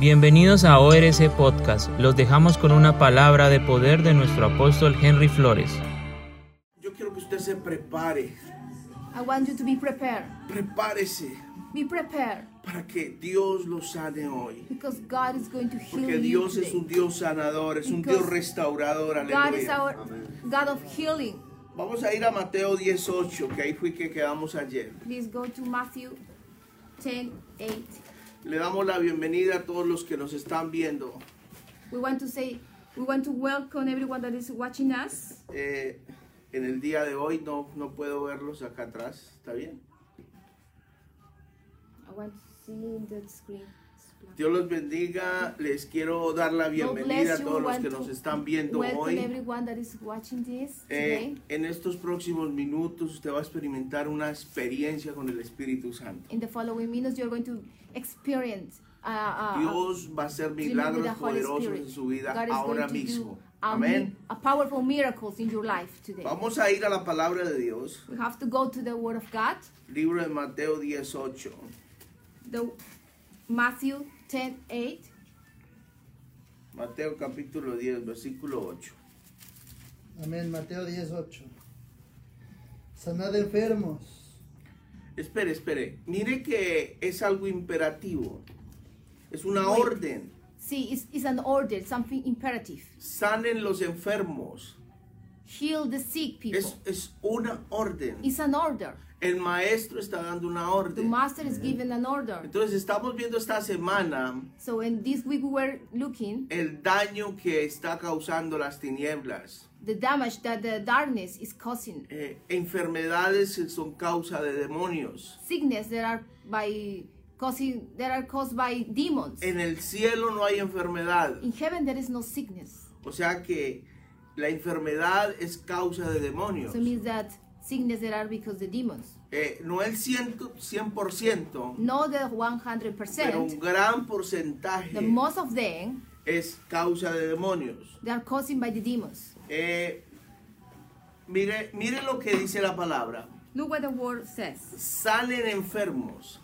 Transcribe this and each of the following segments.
Bienvenidos a ORC Podcast. Los dejamos con una palabra de poder de nuestro apóstol Henry Flores. Yo quiero que usted se prepare, I want you to be prepared. prepárese Be prepared para que Dios lo sane hoy. because God is going to heal Porque you. Dios es today. un Dios sanador, es un Because Dios restaurador. God is Aleluya. our God of healing. Vamos a ir a Mateo 18, que ahí fue que quedamos ayer. Please go to Matthew 10 8. Le damos la bienvenida a todos los que nos están viendo. We want to say, we want to welcome everyone that is watching us. Eh, en el día de hoy no, no puedo verlos acá atrás, ¿está bien? I want to see in the screen. It's black. Dios los bendiga, les quiero dar la God bienvenida bless a you. todos We los want que to nos están viendo welcome hoy. everyone that is watching this Eh, today. en estos próximos minutos usted va a experimentar una experiencia con el Espíritu Santo. In the following minutes, you're going to experience. Uh, uh, Dios va a hacer dealing with milagros the Holy poderosos Spirit. en su vida God is ahora going to mismo. do a Amén. mi- a powerful miracles in your life today. Vamos a ir a la palabra de Dios, We have to go to the Word of God, libro de Mateo 18. the Matthew 10 8. Mateo capítulo 10, versículo 8. Amén, Mateo 18. Sanad enfermos. Espere, espere. Mire que es algo imperativo. Es una Wait. orden. See, it's, it's an order, something imperative. Sanen los enfermos. Heal the sick people. Es, es una orden. it's an order. El maestro está dando una The orden. master is given an order. Entonces estamos viendo esta semana So, in this week, we were looking el daño que está causando las tinieblas. the damage that the darkness is causing. Eh, enfermedades son causa de demonios. Sickness that are by causing that are caused by demons. En el cielo no hay enfermedad. In heaven, there is no sickness. O sea que la enfermedad es causa de demonios. So it means that sickness there are because the demons. Eh, no el 100, 100%, Not the pero un 100%. gran porcentaje The most of them es causa de demonios. they are caused by the demons. Eh, mire, mire lo que dice la palabra. Look what the word says. Salen enfermos.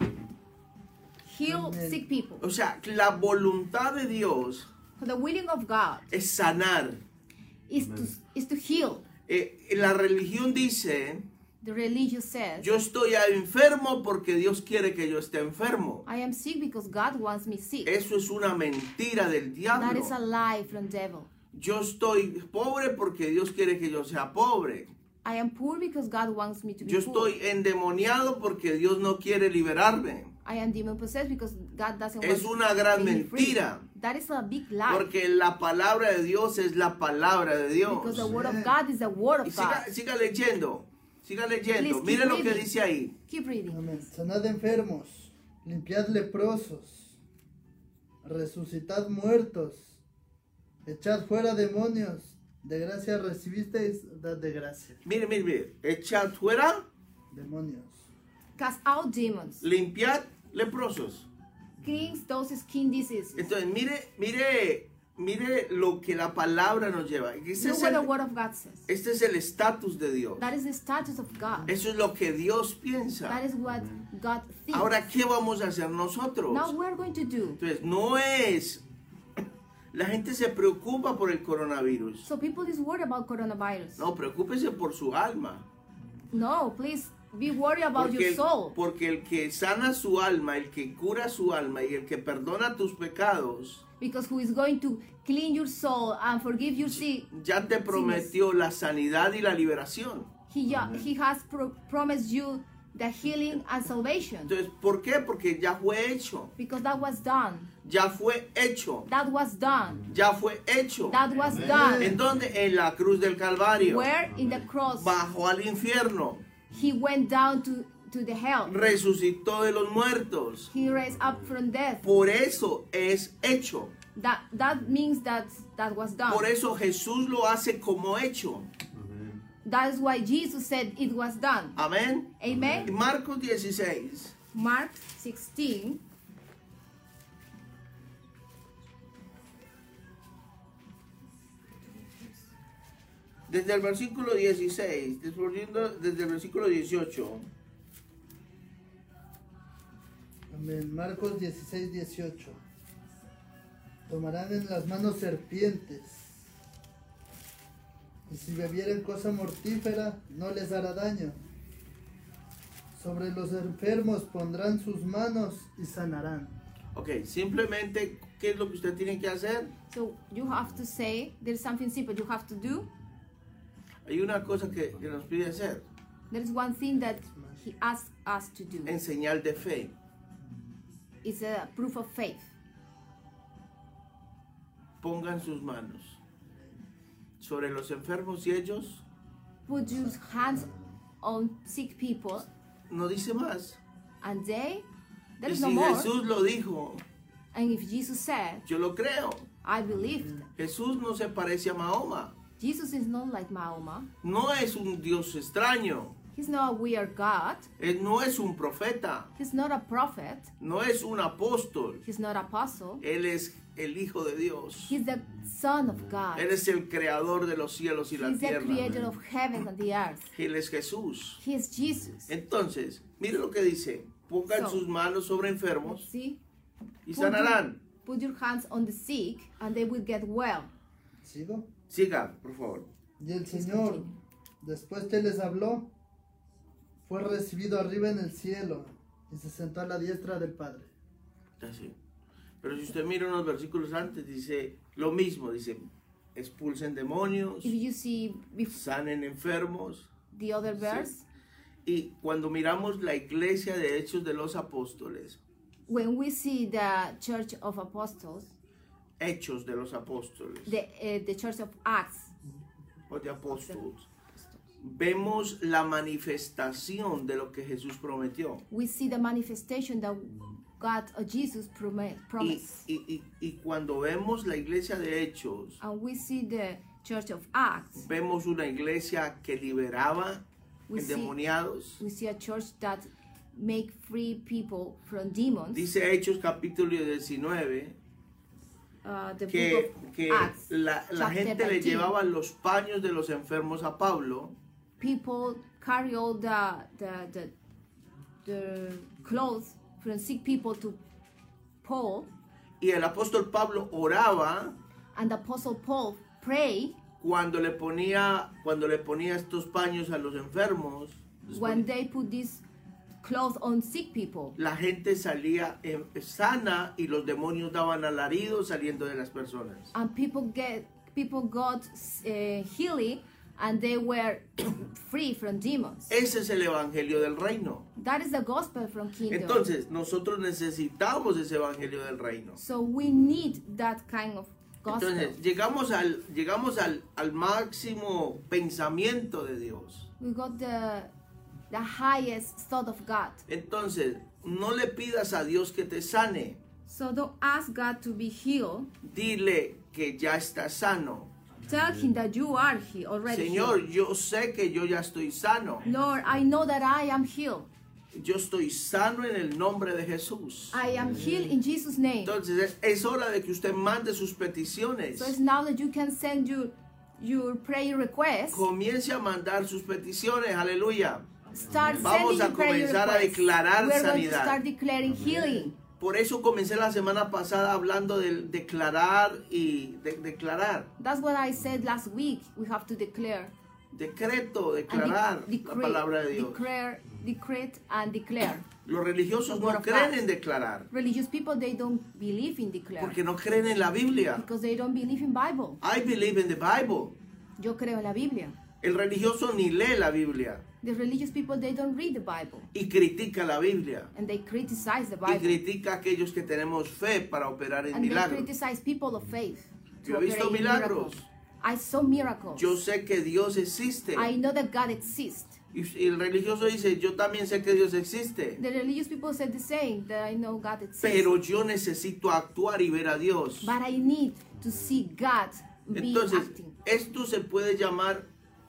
Heal sick people. O sea, la voluntad de Dios The willing of God es sanar. is to is to heal. Eh, la religión dice, The religious says, yo estoy enfermo porque Dios quiere que yo esté enfermo. I am sick because God wants me sick. Eso es una mentira del That is a diablo. lie from devil. Yo estoy pobre porque Dios quiere que yo sea pobre. I am poor because God wants me to be Yo poor. estoy endemoniado porque Dios no quiere liberarme. I am demon possessed because God doesn't Es want una gran me free. mentira. That is a big lie. Porque la palabra de Dios es la palabra de because the Dios. word of God is the word Y of God. siga, siga leyendo. Siga Please leyendo. keep Mire lo que reading. dice ahí. Keep reading. Amén. Sanad enfermos. Limpiad leprosos. Resucitad muertos. Echad fuera demonios. De gracia recibisteis, dad de gracia. Mire, mire, mire. Echad fuera, Demonios. Cast out demons. limpiad leprosos. Cleanse those skin diseases. Entonces, mire, mire, mire lo que la palabra nos lleva. Este Look es what the el, word of God says. este es el estatus de Dios. That is the status of God. Eso es lo que Dios That piensa. is what God thinks. uh, Mm-hmm. Ahora, ¿qué vamos a hacer now nosotros? we are going to do. Entonces, no es... La gente se preocupa por el coronavirus. So people is worried about coronavirus. No, preocúpese por su alma. No, please be worried about Porque your el, soul. porque el que sana su alma, el que cura su alma y el que perdona tus pecados, Because who is going to clean your soul and forgive your sin? ya te prometió la sanidad y la liberación. He, ya- he has pro- promised you the healing and salvation. Entonces, ¿por qué? Porque ya fue hecho. Because that was done. Ya fue hecho. That was done. Ya fue hecho. That was done. ¿En dónde? En la cruz del Calvario. Where in the cross Bajó al infierno. he went down to, to the hell. Resucitó de los muertos. He raised up from death. Por eso es hecho. That that means that that was done. Por eso Jesús lo hace como hecho. That is why Jesus said it was done. Amén. Amen. Marcos 16. Mark 16. Desde el versículo 16, descubriendo desde el versículo 18. Amén. Marcos 16, 18. Tomarán en las manos serpientes. Y si bebieren cosa mortífera, no les hará daño. Sobre los enfermos pondrán sus manos y sanarán. Ok, simplemente, ¿qué es lo que usted tiene que hacer? So you have to say, there's something simple you have to do. Hay una cosa que, que nos pide hacer, There's one thing that he asked us to do. en señal de fe. It's a proof of faith. Pongan sus manos sobre los enfermos y ellos, Put your hands on sick people no dice más. and they, Y there's no si more. Jesús lo dijo, And if Jesus said, yo lo creo. I believed, Jesús no se parece a Mahoma, Jesus is not like Mahoma. no es un Dios extraño, He's not a weird God. Él no es un profeta, He's not a prophet. no es un apóstol, He's not apostle. Él es el Hijo de Dios. He's the Son of God. Él es el creador de los cielos y la He's the creator tierra. of heaven and the earth. Él es Jesús. He is Jesus. Entonces, mire lo que dice. Pongan So- sus manos sobre enfermos See? y Put your- sanarán. Put your hands on the sick and they will get well. ¿Sigo? Siga, por favor. Y el Señor, después que les habló, fue recibido arriba en el cielo y se sentó a la diestra del Padre. Ya sí. Pero si usted mira unos versículos antes, dice lo mismo. Dice, expulsen demonios, If you see bef- sanen enfermos. the other verse, Y cuando miramos la iglesia de Hechos de los Apóstoles, when we see the Church of Apostles, Hechos de los Apóstoles, the, uh, the Church of Acts, o de Apóstoles, vemos la manifestación de lo que Jesús prometió. we see the manifestation that God or Jesus promi- Y, promised. y- y- y cuando vemos la iglesia de Hechos, And we see the Church of Acts, vemos una iglesia que liberaba We see- endemoniados. we see a church that make free people from demons. Dice Hechos capítulo 19 Uh, the que, book of que Acts, la, la chapter gente le 19. llevaba los paños de los enfermos a Pablo people carry all the the, the the clothes from sick people to Paul, y el apóstol Pablo oraba and Apostle Paul pray cuando le ponía, cuando le ponía estos paños a los enfermos. when they put these clothes on sick people. la gente salía eh, sana y los demonios daban alaridos saliendo de las personas. and people get people got uh, healing and they were free from demons Ese es el evangelio del reino. that is the gospel from kingdom Entonces, nosotros necesitamos ese evangelio del reino. so we need that kind of gospel Entonces, llegamos al, llegamos al, al máximo pensamiento de Dios. we got the the highest thought of god Entonces, no le pidas a Dios que te sane. so don't ask god to be healed Dile que ya estás sano. tell him that you are he already healed. Señor, yo sé que yo ya estoy sano. lord i know that i am healed Yo estoy sano en el nombre de Jesús. i am healed in jesus name Entonces es, es hora de que usted mande sus peticiones. so it's now that you can send your your prayer request Comience a mandar sus peticiones, aleluya. Start Vamos sending a prayer comenzar a requests. declarar We're Going to sanidad. start declaring healing. Por eso comencé la semana pasada hablando del declarar y de- declarar. That's what I said last week. We have to declare. Decreto, and de- declarar la palabra de Dios. declare, decrete and declare. Los religiosos The word no of creen God. en declarar Religious people they don't believe in declare porque no creen en la Biblia. because they don't believe in Bible. I believe in the Bible. Yo creo en la Biblia. El religioso ni lee la Biblia The religious people they don't read the Bible y critica la Biblia and they criticize the y Bible critica a aquellos que tenemos fe para operar en and they milagros. criticize people of faith. to Yo he visto operate in milagros. miracles. I saw miracles. Yo sé que Dios existe. I know that God exists. Y el religioso dice, yo también sé que Dios existe, The religious people said the same that I know God exists, pero yo necesito actuar y ver a Dios. but I need to see God be Entonces, acting. esto se puede llamar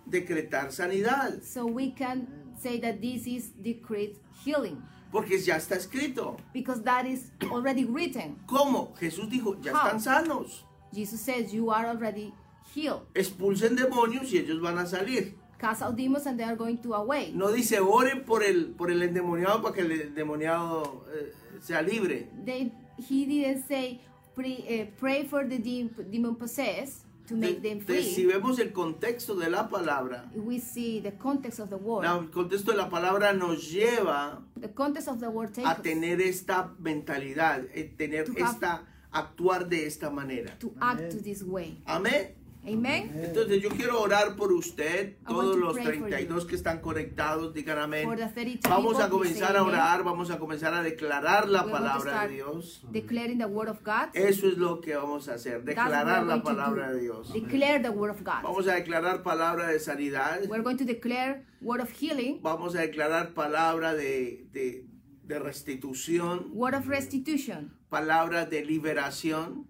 decretar sanidad, So we can say that this is decreed healing porque ya está escrito. because that is already written. ¿Cómo? Jesús dijo, ya How? están sanos. Jesus says you are already healed. Expulsen demonios y ellos van a salir. Cast out demons and they are going to away. No dice, oren por el, por el endemoniado para que el endemoniado eh, sea libre. They he didn't say pre- eh, pray for the demon possessed to make them Entonces, si free. vemos el contexto de la palabra, We see the context of the la- word. el contexto de la palabra nos lleva The context of the word takes a us tener esta mentalidad, eh, tener To have- esta, actuar de esta manera. to act to this way. Amén. Amen. Entonces yo quiero orar por usted, I want todos to los pray for 32 que están conectados, digan amén. For the 32 Vamos a people, please comenzar say a amen. orar, vamos a comenzar a declarar la We want to palabra start de Dios. Declaring the word of God. Eso es lo que vamos a hacer, That's what declarar we're la going to palabra do. de Dios. Declare the word of God. Vamos a declarar palabra de sanidad, We're going to declare word of healing, vamos a declarar palabra de, de- de restitución, word of restitution, palabra de liberación.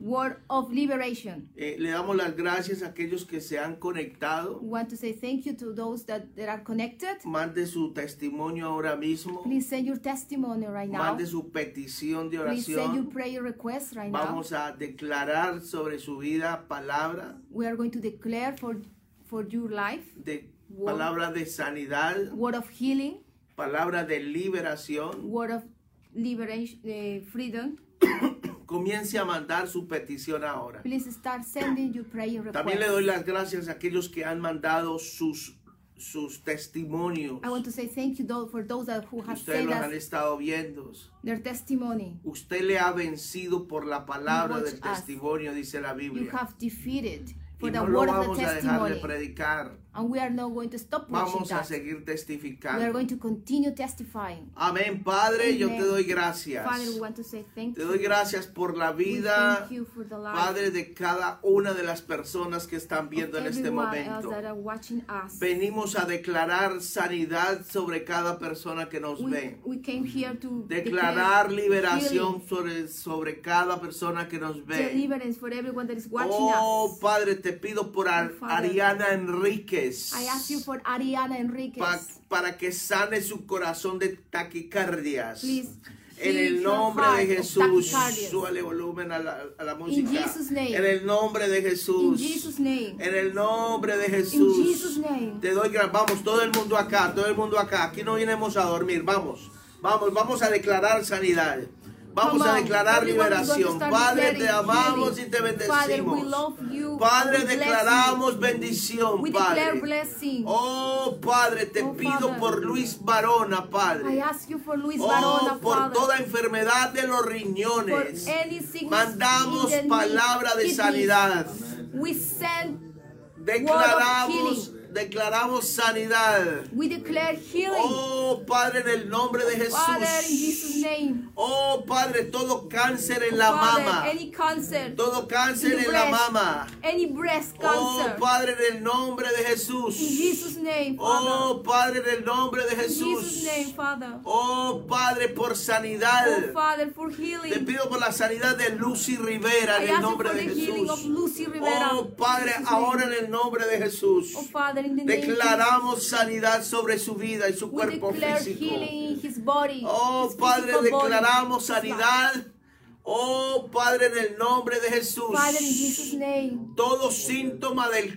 word of liberation. Eh, le damos las gracias a aquellos que se han conectado. We want to say thank you to those that, that are connected. Mande su testimonio ahora mismo. Please send your testimony right now. Mande su petición de Please send your oración. prayer request right now. Vamos a declarar sobre su vida palabra We are going to declare for, for your life de Wow. palabra de sanidad, word of healing, palabra de liberación. word of liberation, uh, freedom. Comience a mandar su petición ahora. Please start sending your prayer También le doy request. las gracias a aquellos que han mandado sus sus testimonios. I want to say thank you though for those that who have Ustedes sent los han us estado viendo. their testimony. Usted le ha vencido por la palabra watch del us. testimonio, dice la You Biblia. have defeated Y for the no lo word of vamos the a dejar de testimony. predicar. And we are not going to stop preaching Vamos a that. seguir We are testificando. going to continue testifying. Amén, Padre, yo te Amen. doy gracias. Father, we want to say thank Te you. doy gracias por la We vida, thank you for the life Padre, de cada una de las personas que están of viendo en este everyone else momento. that are watching us. Venimos a declarar sanidad sobre cada persona que nos We, ve. we came here to Declarar declare liberación sobre, sobre cada persona que nos healing, ve. deliverance for everyone that is watching Oh, us. Padre, te pido por Ar- Oh, Father. Ariana Enríquez. I ask you for Ariana Enriquez. pa- para que sane su corazón de taquicardias. Please, En heal el your nombre de heart of Jesús, tachycardias. súbale volumen a la, a la música. Jesus' name. En el nombre de In Jesús. Jesus' name. En el nombre de Jesús. In Jesus' name. Te doy gracias. Vamos, todo el mundo acá, todo el mundo acá. Aquí no vinimos a dormir. Vamos, vamos, vamos a declarar sanidad. Vamos Come a on. declarar Everyone is going to liberación. start Padre, te declaring amamos y healing. te Father, we bendecimos. love you. Padre, We bless you. declaramos bendición, We declare Padre. blessing. Oh Padre, te Oh, pido Father. por Luis Barona, I Padre. ask you for Luis Oh, Barona, por Father. toda enfermedad de los for riñones. any sickness Mandamos in the palabra de kidneys. sanidad. We send, Declaramos, healing. declaramos sanidad. we declare healing. Oh Padre, en el nombre de Father, in Jesus' Jesús. name. Oh Padre, todo cáncer en la Father, mama. any cancer, Todo in cáncer the en la breast, mama. any breast Oh cancer, Padre, en el nombre de Jesús. in Jesus' name, Father. Oh Padre, en el nombre de in Jesus' Jesús. name, Father. Oh Padre, por sanidad. Oh, Father, for Te healing. pido por la sanidad de Lucy Rivera en I el ask you nombre for the de healing of Jesús. Lucy Rivera. Oh Padre, In Jesus' name. ahora en el nombre de Jesús. Oh, Father, in the name of Declaramos sanidad sobre su vida y su We cuerpo declare físico. healing in his body. Oh his Padre, physical declaramos body, his life. sanidad. Oh Padre, en el nombre de Jesús. Father, in Jesus' name, Todo síntoma del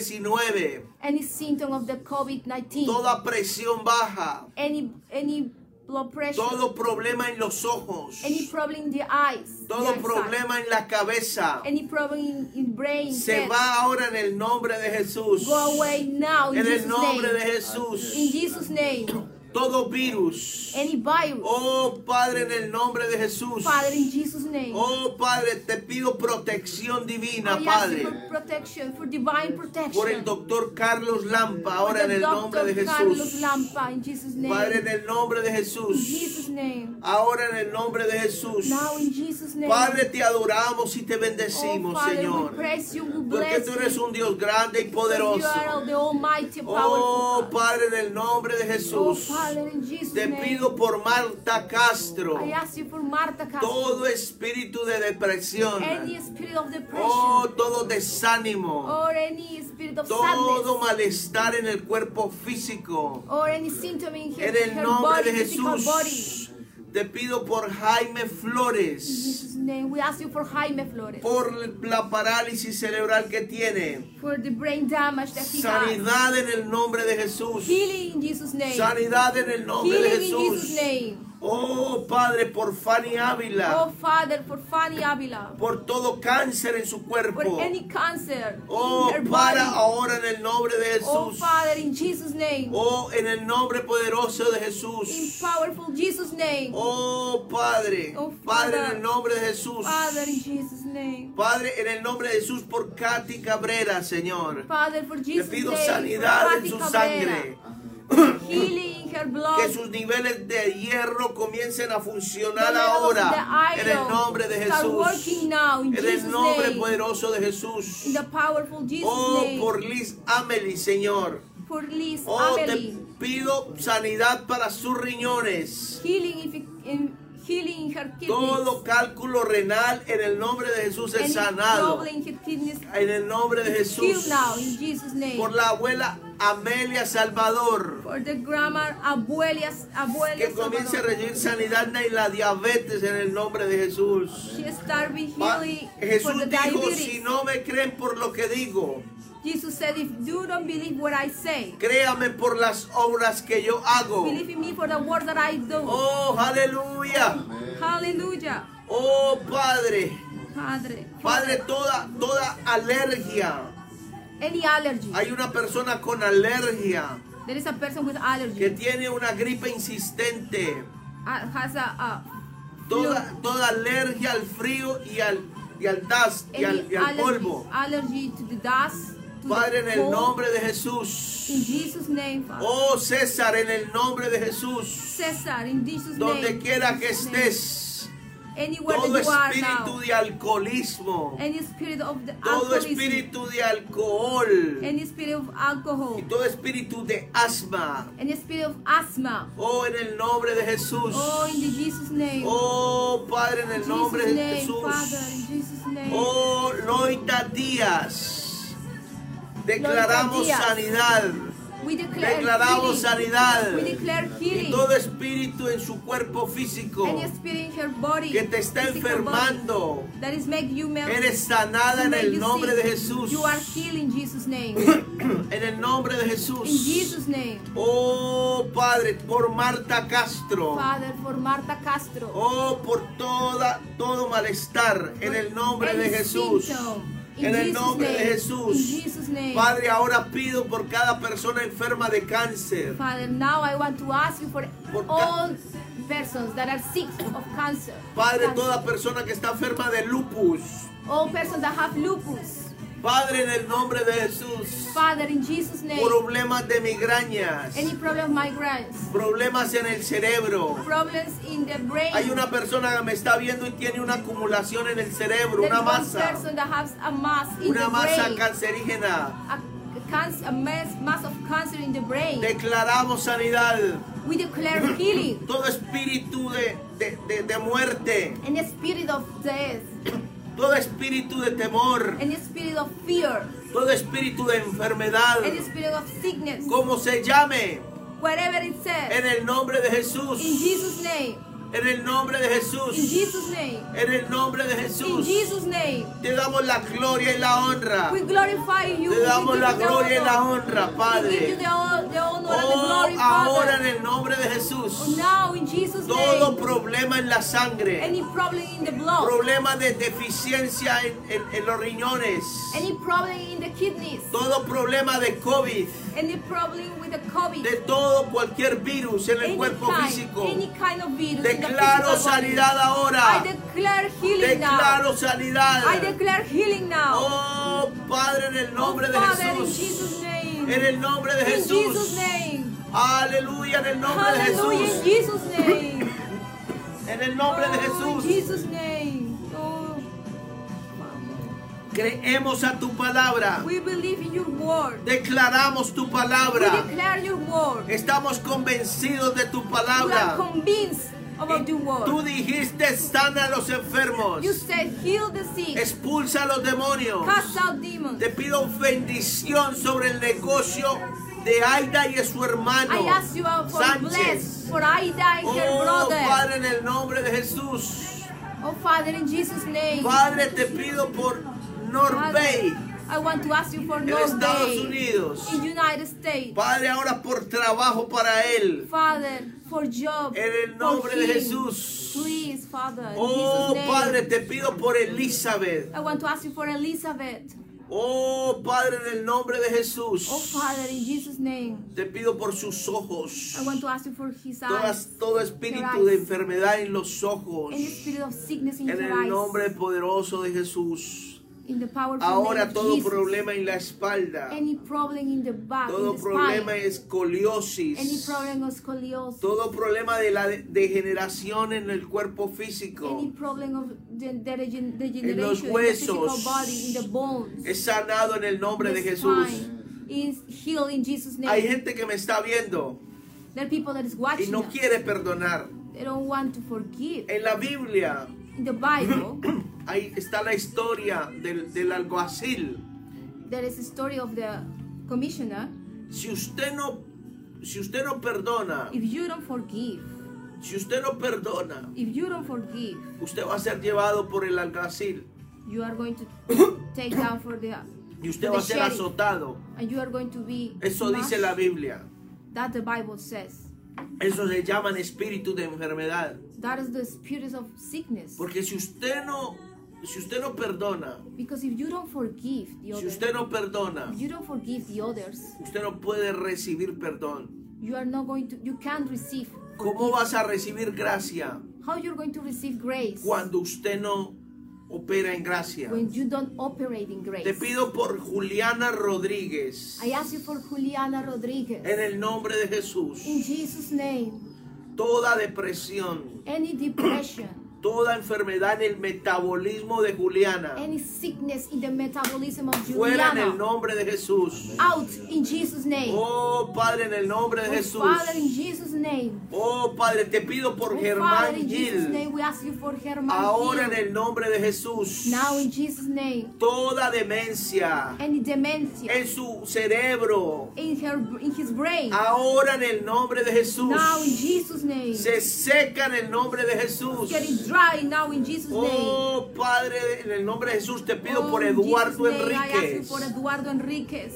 COVID-19, any symptom of the COVID 19, toda presión baja, any any blood pressure, todo problema en los ojos, any problem in the eyes, the todo eyesight, problema en la cabeza, any problem in, in brain, se head, va ahora en el nombre de Jesús. go away now in En el Jesus' nombre name. de Jesús. In Jesus' name, Todo virus. any virus, Oh Padre, en el nombre de Jesús. Father, in Jesus' name, Oh Padre, te pido protección divina, I ask you Padre. for protection, for divine protection. Por el doctor Carlos Lampa, For ahora en the el Dr. nombre de Carlos Jesús. Lampa, in Jesus' name, Padre, en el nombre de in Jesús. Jesus' name. Ahora en el nombre de Jesús. Now in Jesus' name. Padre, te adoramos y te oh, bendecimos, Father, Señor. we praise you, we Porque bless tú you. eres un Dios grande y because you poderoso. are the almighty Oh powerful God. Padre, en el nombre de Oh, Jesús. Father, in Jesus' Te name. pido por Marta Castro. I ask you for Marta Castro. Todo espíritu de depresión. Any spirit of depression Oh, todo desánimo. or any spirit of Todo sadness malestar en el cuerpo físico. or any symptom in her, En el her nombre Oh, body, de physical body. Jesús. Te pido por Jaime In Flores. Jesus' name, we ask you for Jaime Flores, Por la parálisis cerebral que tiene. for the brain damage that he has. Sanidad en el nombre de Jesús. Healing in Jesus' name. Sanidad en el nombre de Healing in Jesús. Jesus' name. Oh Padre, por Fanny Oh Ávila, Father, for Fanny Avila, por todo cáncer en su for cuerpo. any cancer Oh, in her para body. ahora en el nombre de Oh Jesús. Father, in Jesus' name, Oh, en el nombre poderoso de in Jesús. powerful Jesus' name, Oh Padre, Oh, Padre en Father. el nombre de Jesús. Father, in Jesus' name, Padre, en el nombre de Jesús por Katy Cabrera, Señor. Father, for Le Jesus' name, pido for sanidad en Patty su Cabrera, Oh. sangre. healing in her Que blood, sus niveles de hierro comiencen a funcionar The levels ahora. of the En el iron nombre de start Jesús. working now in En el Jesus' nombre name. poderoso de Jesús. in the powerful Jesus' Oh, name, por Liz Amelie, Señor. for Liz Oh, te Amelie, pido sanidad para sus riñones. healing in, in healing in her kidneys, Todo cálculo renal en el nombre de Jesús any es sanado. trouble in her kidneys, En el nombre de heal Jesús. now in Jesus' name. Por la abuela Amelia Salvador. For the grammar abuelas, abuelas. Que comience a Salvador. recibir sanidad y la diabetes en el nombre de Jesús. She start be Pa- healing for the Jesús dijo, diabetes. si no me creen por lo que digo, Jesus said, if you don't believe what I say, créame por las obras que yo hago. believe in me for the word that I do. Oh, aleluya. Hallelujah. Oh, Padre. Padre. Padre, toda, toda alergia. Any allergy. Hay una persona con alergia there is a person with que allergy. tiene una gripe insistente. uh, has a, a Toda, toda alergia al frío y al, y al dust flu, y al, y any al allergy, polvo. allergy to the dust. To Padre, en the el cold. nombre de Jesús. In Jesus' name, Father. Oh, César, en el nombre de Jesús. César, in Jesus' Donde name. quiera que Jesus' name. estés. Anywhere Todo that you are now. espíritu de alcoholismo. Any spirit of the Todo alcoholism, espíritu de alcohol. any spirit of alcohol, Y todo espíritu de asma. any spirit of asthma. Oh, en el nombre de Jesús. Oh, in the Jesus name. Oh, Padre, en el Jesus nombre de name, Father, Jesús. in Jesus name. Oh, Loita Díaz. Declaramos Díaz. sanidad. we declare Declaramos healing. sanidad. We declare Y healing. todo espíritu en su cuerpo físico Any spirit in her body que te está physical enfermando. body, that is make you melt. Eres sanada en el nombre de Jesús. You are healed in Jesus name. En el nombre de in Jesús. Jesus name. Oh, Padre, por Marta Castro. Father, for Marta Castro. Oh, por toda, todo malestar en el nombre de Any Jesús. symptom. In En el Jesus' nombre de name. Jesús. In Jesus' name. Padre, ahora pido por cada persona enferma de cáncer. Father, now I want to ask you for Por ca- all persons that are sick of cancer. Padre, cancer. toda persona que está enferma de lupus. all persons that have lupus. Padre, en el nombre de Jesús. Father, in Jesus' name, Problemas de migrañas. any problem of migraines, Problemas en el cerebro. problems in the brain. Hay una persona que me está viendo y tiene una acumulación en el cerebro, there is una one masa, person that has a mass in una the masa brain. cancerígena. a, cancer, a mass, mass of cancer in the brain. Declaramos sanidad. we declare healing. todo espíritu de, de- de- de muerte, Any spirit of death, todo espíritu de temor, any spirit of fear, todo espíritu de enfermedad, any spirit of sickness, como se llame, whatever it says, en el nombre de in Jesús, Jesus' name. en el nombre de In Jesús, Jesus' name. en el nombre de In Jesús, Jesus' name. te damos la gloria y la honra, We glorify you. te We damos give la you the gloria y la honor. honra, We give you Padre. the honor, the honor and the Oh, glory, ahora en Father. el nombre de Jesús, Now in Jesus' todo name. problema en la sangre, Any problem in the blood, problema de deficiencia en- en- en los riñones. any problem in the kidneys, todo problema de COVID, any problem with the COVID, de todo cualquier virus en el any cuerpo kind, físico. any kind of virus. in the Declaro physical body. sanidad ahora. I declare healing now. Declaro sanidad. I declare healing now. Oh, Padre, en el nombre oh, de Father, in Jesús. Jesus' name. En el nombre de in Jesús. Jesus' name. Aleluya, en el nombre de Hallelujah, in Jesús. Jesus' name. En el nombre de Oh, in Jesús. Jesus' name. Oh, Creemos a tu palabra. we believe in your word. Declaramos tu We palabra. declare your word. Estamos convencidos de tu We are palabra. convinced about your Tú word. dijiste sana a los enfermos. You said heal the sick, Expulsa a los demonios. cast out demons. Te pido bendición sobre el negocio de Aida y de su hermano. I ask you out for bless Sánchez. for Aida and her Oh, brother. Padre, en el nombre de Jesús. Oh Father, in Jesus' name. Padre, te pido por Norbey Father, I want to ask you for en Estados Norway Unidos. in United States. Padre, ahora por trabajo para él. Father, for Job. En el for nombre de him. Jesús. Please, Father, in Oh Jesus' name. Padre, te pido por Elizabeth. I want to ask you for Elizabeth. Oh Padre, en el nombre de Jesús. Oh, Father, in Jesus' name. Te pido por sus ojos. I want to ask you for his eyes. Todas, todo espíritu de enfermedad en los ojos. Any spirit of sickness in En your el eyes. nombre poderoso de Jesús. In the powerful name Ahora of todo Jesus. problema en la espalda. Any problem in the back, Todo in the problema spine. es Any escoliosis. problem of scoliosis. Todo problema de la de- degeneración en el cuerpo físico. Any problem of de- de- regen- degeneration los in the physical huesos. body, in the bones. Es sanado en el nombre de the Jesús. spine Is healed in Jesus' name. Hay gente que me está viendo There are people that is y watching no us. quiere perdonar. They don't want to forgive. En la Biblia In the Bible, ahí está la historia del, del alguacil. there is a story of the commissioner. Si usted no si usted no perdona, If you don't forgive, si usted no perdona, if you don't forgive, usted va a ser llevado por el alguacil you are going to take down for the y usted The va a ser sheriff. azotado. and you are going to be Eso dice la Biblia. that the Bible says. Eso se llaman espíritu de enfermedad. That is the spirit of sickness. Porque si usted no si usted no perdona, Because if you don't forgive the si others, usted no perdona, if you don't forgive the others, usted no puede recibir perdón. you are not going to you can't receive ¿Cómo vas a recibir gracia how you're going to receive grace cuando usted no opera en gracia? when you don't operate in grace. Te pido por Juliana Rodríguez. I ask you for Juliana Rodriguez. En el nombre de Jesús. In Jesus' name, Toda depresión, any depression, toda enfermedad en el metabolismo de Juliana. any sickness in the metabolism of Fuera en el Juliana, nombre de Jesús. out in Jesus' name. Oh Padre, en el nombre de Oh, Jesús. Father, in Jesus' name. Oh Padre, te pido por Oh, Father, Germán in Jesus' name, Gil. we ask you for Germán Ahora en Gil. el nombre de Jesús. Now in Jesus' name, Toda demencia any dementia en su cerebro. in her in his brain. Ahora en el nombre de Jesús. Now in Jesus' name, Se seca en el nombre de Jesús. getting dry. Now in Jesus' name. Oh Padre, en el nombre de Jesús te pido Oh, por in Eduardo Jesus' name, I ask you Enríquez. for Eduardo Enríquez.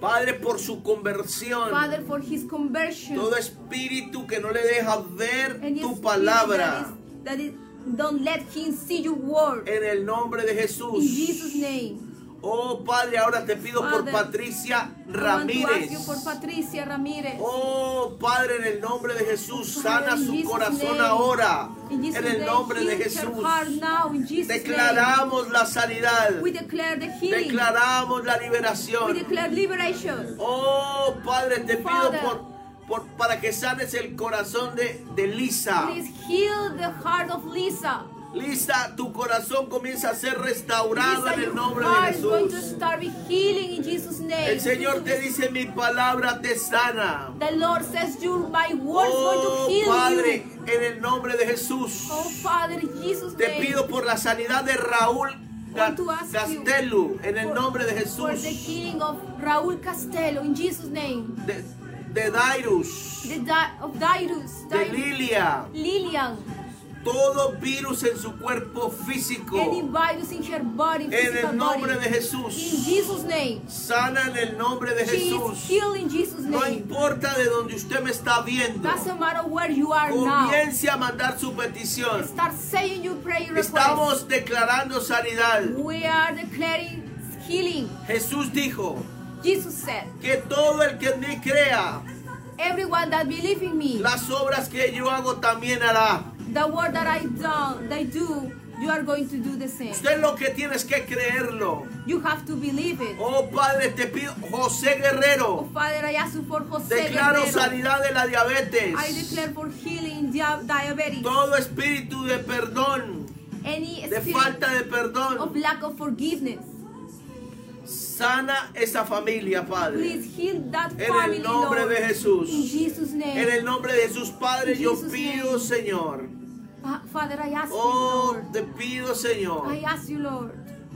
Padre, por su conversión. Father, for his conversion. Todo espíritu que no le deja ver Any tu spirit palabra. That is, that is, don't let him see your word. En el nombre de In Jesús. Jesus' name. Oh Padre, ahora te pido por Father, Patricia I want to ask you Ramírez. for Patricia Ramírez. Oh Padre, en el nombre de Jesús, Father, sana in su Jesus' corazón name. ahora. In Jesus' En el name, nombre de heal her Jesús. heart now, in Jesus' Declaramos la sanidad. name. We declare the healing. Declaramos la We liberación. declare liberation. Oh Padre, te pido Father. por, por- para que sanes el corazón de, de Lisa. Please heal the heart of Lisa. Lisa, tu corazón comienza a ser restaurado Lisa, en your el nombre de heart is going to Jesús. start with healing in Jesus' name. El Señor te Jesus- dice, mi palabra te sana. The Lord says, "You, my word is Oh going to heal Padre, you." en el nombre de Jesús, Oh Father, in Jesus' te name. pido por la sanidad de Raúl want to ask you Castelu, en el for- nombre de For the Jesús, healing of Raúl Castelo in Jesus' name. de, de Dairus, The di- of Dairus, de Dairus, Lilia, Lilian, todo virus en su cuerpo físico. any virus in her body, En physical el nombre body. de In Jesús. Jesus' name. Sana en el nombre de She Jesús. is healed in Jesus' No name. importa de donde usted me está viendo. Doesn't matter where you are now. Comience a mandar su petición. Start saying your prayer request. Estamos declarando sanidad. We are declaring healing. Jesús dijo Jesus said, que todo el que en mí crea, "Everyone that believes in me, las obras que yo hago también hará. the word that I done, that I do, you are going to do the same. Usted lo que tiene es que creerlo. You have to believe it." Oh Padre, te pido, José Oh, Guerrero, Father, I ask you for José declaro Guerrero. sanidad de la I diabetes. declare for healing dia- diabetes. Todo espíritu de perdón, Any de spirit falta de perdón, of lack of forgiveness. sana esa familia, Padre. Please heal that En family, el nombre Lord. de In Jesús. Jesus' name. En el nombre de Jesús, Padre, In yo Jesus' pido, name. Señor. Fa- Ah, Father, I ask Oh, you, Lord. te pido, I Señor. ask you, Lord.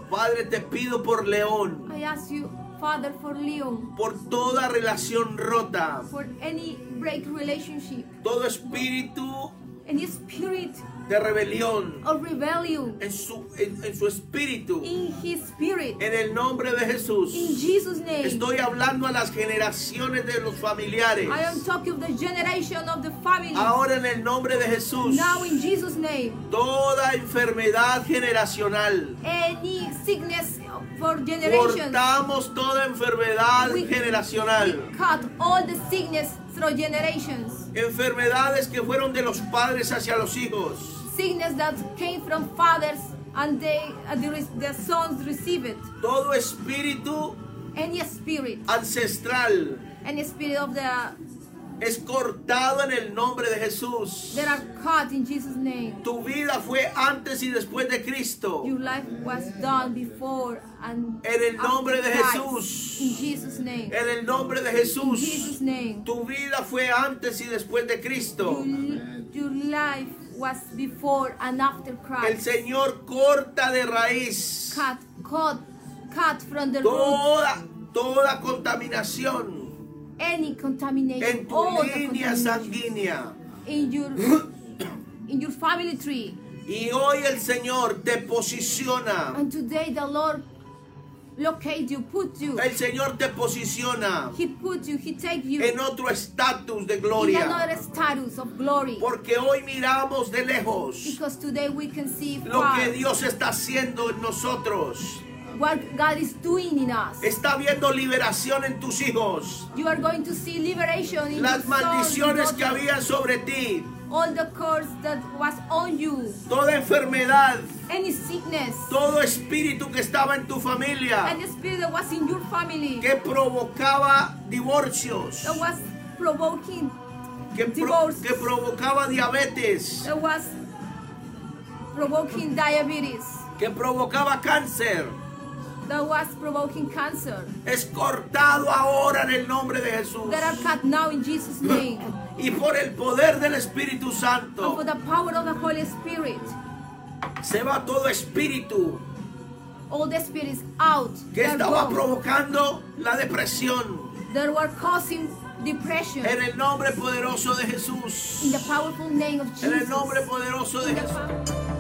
Padre, te pido por León, I ask you, Father, for Leon, por toda relación rota, for any break relationship, todo espíritu any spirit de rebelión of rebellion en su, en, en su espíritu. in his spirit. En el nombre de In Jesús. Jesus' name, Estoy hablando a las generaciones de los familiares. I am talking of the generation of the family. Ahora en el nombre de Jesús. Now, in Jesus' name, Toda enfermedad generacional. any sickness for generations, Cortamos toda enfermedad We- generacional. we cut all the sickness through generations. Enfermedades que fueron de los padres hacia los hijos. Sickness that came from fathers and they, uh, the, re- the sons receive it. Todo espíritu Any spirit, ancestral any spirit of the es cortado en el nombre de Jesús. that are cut in Jesus' name. Tu vida fue antes y después de Cristo. Your life was done before and En el after nombre de Christ. Jesús. In Jesus' name. En el nombre de In Jesús. Jesus' name. Tu vida fue antes y después de Cristo. Your, your life was before and after El Christ. Señor corta de raíz Cut, cut, cut from the root toda, toda contaminación any contamination, en all tu the línea contamination sanguínea. in your in your family tree. Y hoy el Señor te posiciona. And today the Lord locate you, put you, El Señor te posiciona He put you, He take you en otro estatus de in gloria. another status of glory. Porque hoy miramos de lejos Because today we can see lo far que Dios está haciendo en nosotros. what God is doing in us. Está viendo liberación en tus hijos. You are going to see liberation in Las your sons, your maldiciones que daughters. había sobre ti. all the curse that was on you, Toda enfermedad. any sickness, Todo espíritu que estaba en tu familia. any spirit that was in your family Que provocaba divorcios. that was provoking, Que, pro- Divorce. que provocaba diabetes. that was provoking diabetes, Que provocaba cáncer. that was provoking cancer, Es cortado ahora en el nombre de Jesús. that are cut now in Jesus' name. Y por el poder del Espíritu And for Santo. the power of the Holy Spirit, Se va todo espíritu all the spirits out que that estaba go, provocando la depresión. that were causing depression En el nombre poderoso de in the Jesús. powerful name of En el Jesus. nombre poderoso de In the Jesús. power-